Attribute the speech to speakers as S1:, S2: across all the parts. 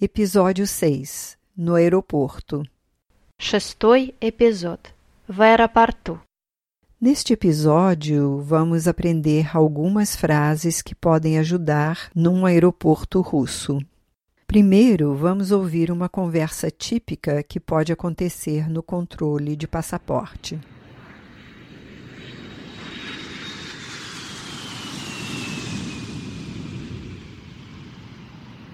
S1: Эпизódio 6 No aeroporto.
S2: Шестой эпизод. В аэропорту.
S1: Neste episódio, vamos aprender algumas frases que podem ajudar num aeroporto russo. Primeiro, vamos ouvir uma conversa típica que pode acontecer no controle de passaporte.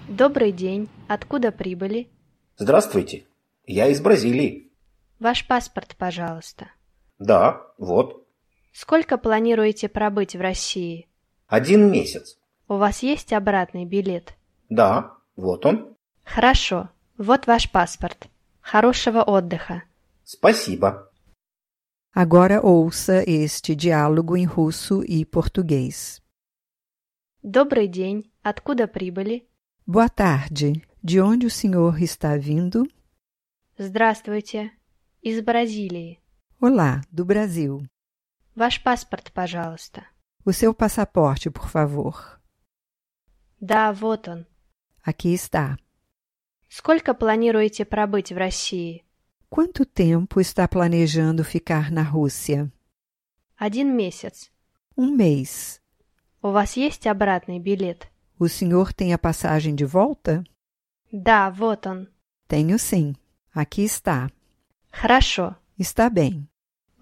S2: Добрый день. Откуда прибыли?
S3: Здравствуйте. Я из Бразилии.
S2: Ваш паспорт, пожалуйста.
S3: Да, вот.
S2: Сколько планируете пробыть в России?
S3: Один месяц.
S2: У вас есть обратный билет?
S3: Да, вот он.
S2: Хорошо. Вот ваш паспорт. Хорошего отдыха.
S3: Спасибо.
S1: Agora ouça este diálogo em russo e português.
S2: Добрый день. Откуда прибыли?
S1: Boa tarde. De onde o senhor está vindo?
S2: Здравствуйте. Из Бразилии.
S1: Olá, do Brasil.
S2: Ваш паспорт, пожалуйста.
S1: O seu passaporte, por favor.
S2: Да, вот он.
S1: Aqui está.
S2: Сколько планируете пробыть в России?
S1: Quanto tempo está planejando ficar na Rússia?
S2: Один месяц.
S1: Um mês.
S2: У вас есть обратный билет?
S1: O senhor tem a passagem de volta?
S2: Да, вот он.
S1: Tenho sim. Aqui está.
S2: Хорошо.
S1: Está bem.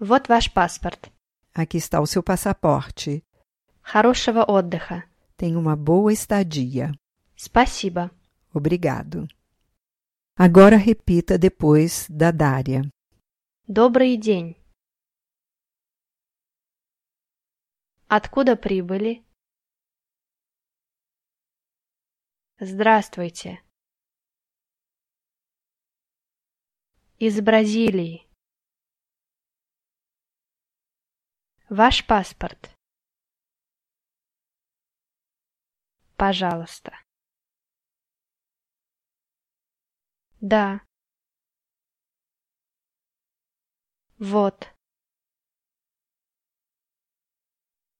S2: Вот ваш паспорт.
S1: Aqui está o seu passaporte.
S2: Хорошего отдыха.
S1: Tenha uma boa estadia.
S2: Спасибо.
S1: Obrigado. Agora repita depois da Dária.
S2: Добрый день. Откуда прибыли? Здравствуйте. Из Бразилии. Ваш паспорт. Пожалуйста. Да. Вот.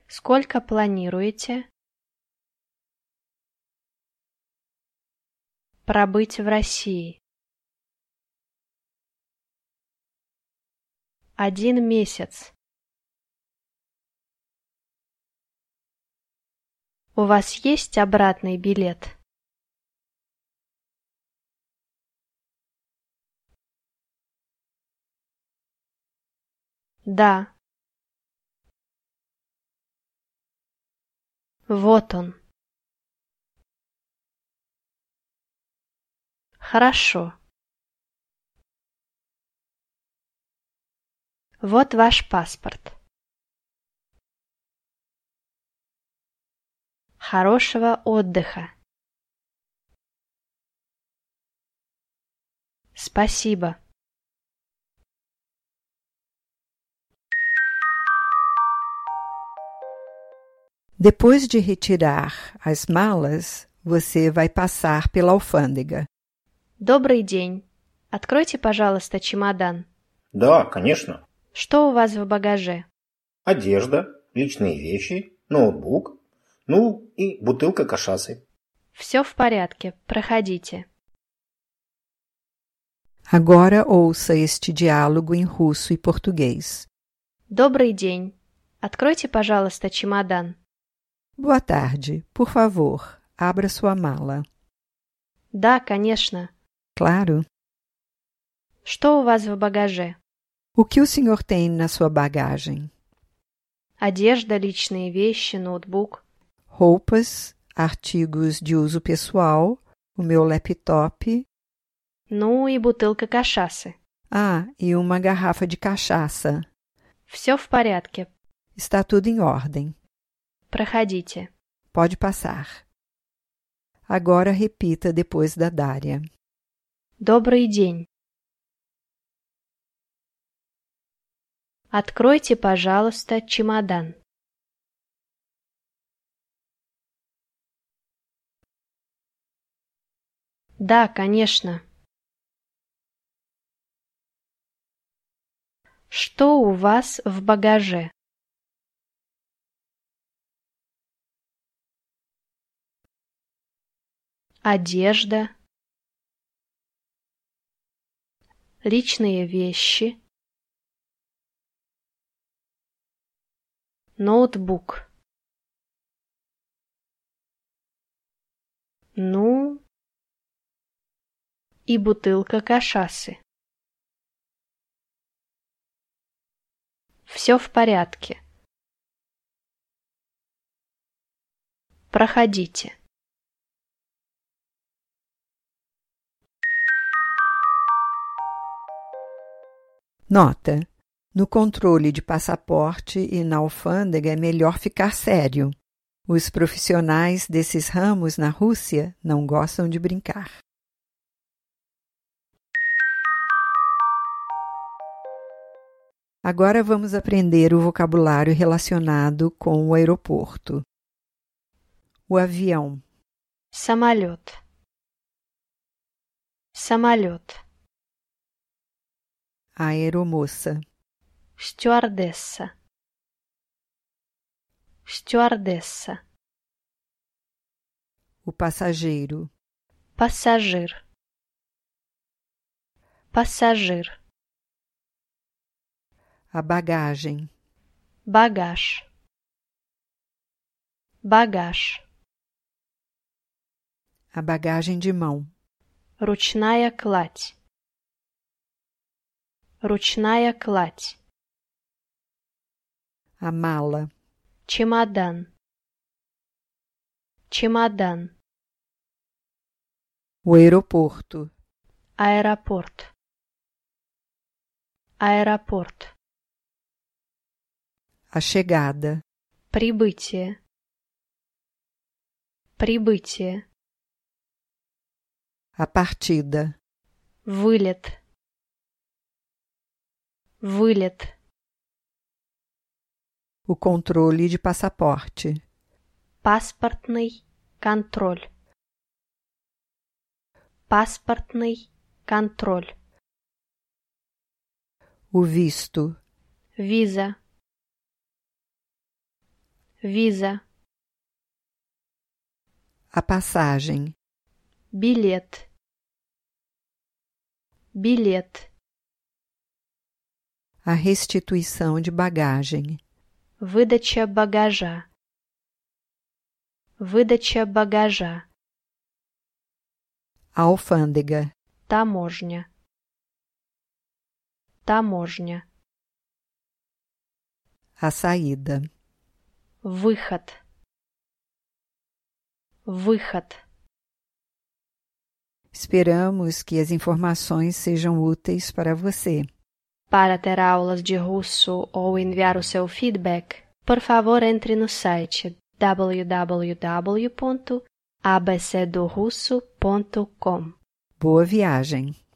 S2: Сколько планируете пробыть в России? Один месяц. У вас есть обратный билет? Да. Вот он. Хорошо. Вот ваш паспорт. Хорошего отдыха. Спасибо.
S1: Depois de retirar as malas, você vai passar pela alfândega.
S2: Добрый день. Откройте, пожалуйста, чемодан.
S3: Да, конечно.
S2: Что у вас в багаже?
S3: Одежда, личные вещи, ноутбук, ну и бутылка кашасы.
S2: Все в порядке. Проходите.
S1: Agora ouça este diálogo em russo e português.
S2: Добрый день. Откройте, пожалуйста, чемодан.
S1: Boa tarde. Por favor, abra sua mala.
S2: Да, конечно.
S1: Claro.
S2: Что у вас в багаже?
S1: O que o senhor tem na sua bagagem?
S2: Одежда, личные vещи, ноутбук.
S1: Roupas, artigos de uso pessoal, o meu laptop.
S2: Ну и бутылка кашасы.
S1: Ah, e uma garrafa de cachaça.
S2: Все в порядке.
S1: Está tudo em ordem.
S2: Проходите.
S1: Pode passar. Agora repita depois da Dária.
S2: Добрый день. Откройте, пожалуйста, чемодан. Да, конечно. Что у вас в багаже? Одежда, личные вещи, ноутбук. Ну и бутылка кашасы. Все в порядке. Проходите.
S1: Nota: No controle de passaporte e na alfândega é melhor ficar sério. Os profissionais desses ramos na Rússia não gostam de brincar. Agora vamos aprender o vocabulário relacionado com o aeroporto. O avião,
S2: Самолет. Самолет.
S1: a aeromoça,
S2: Стюардесса. Стюардесса.
S1: o passageiro,
S2: Пассажир. Пассажир.
S1: a bagagem,
S2: Багаж. Багаж.
S1: a bagagem de mão,
S2: Ручная кладь. Ручная кладь.
S1: a mala,
S2: Чемодан. Чемодан.
S1: o aeroporto,
S2: Аэропорт. Аэропорт.
S1: a chegada,
S2: Прибытие. Прибытие.
S1: a partida,
S2: Вылет. Вылет.
S1: o controle de passaporte,
S2: Паспортный контроль. Паспортный контроль.
S1: o visto,
S2: Виза. Виза.
S1: a passagem,
S2: Билет. Билет.
S1: a restituição de bagagem,
S2: Выдача багажа. Выдача багажа.
S1: a alfândega,
S2: Таможня. Таможня.
S1: a saída,
S2: Выход. Выход.
S1: Esperamos que as informações sejam úteis para você.
S2: Para ter aulas de russo ou enviar o seu feedback, por favor entre no site www.abcdorusso.com.
S1: Boa viagem!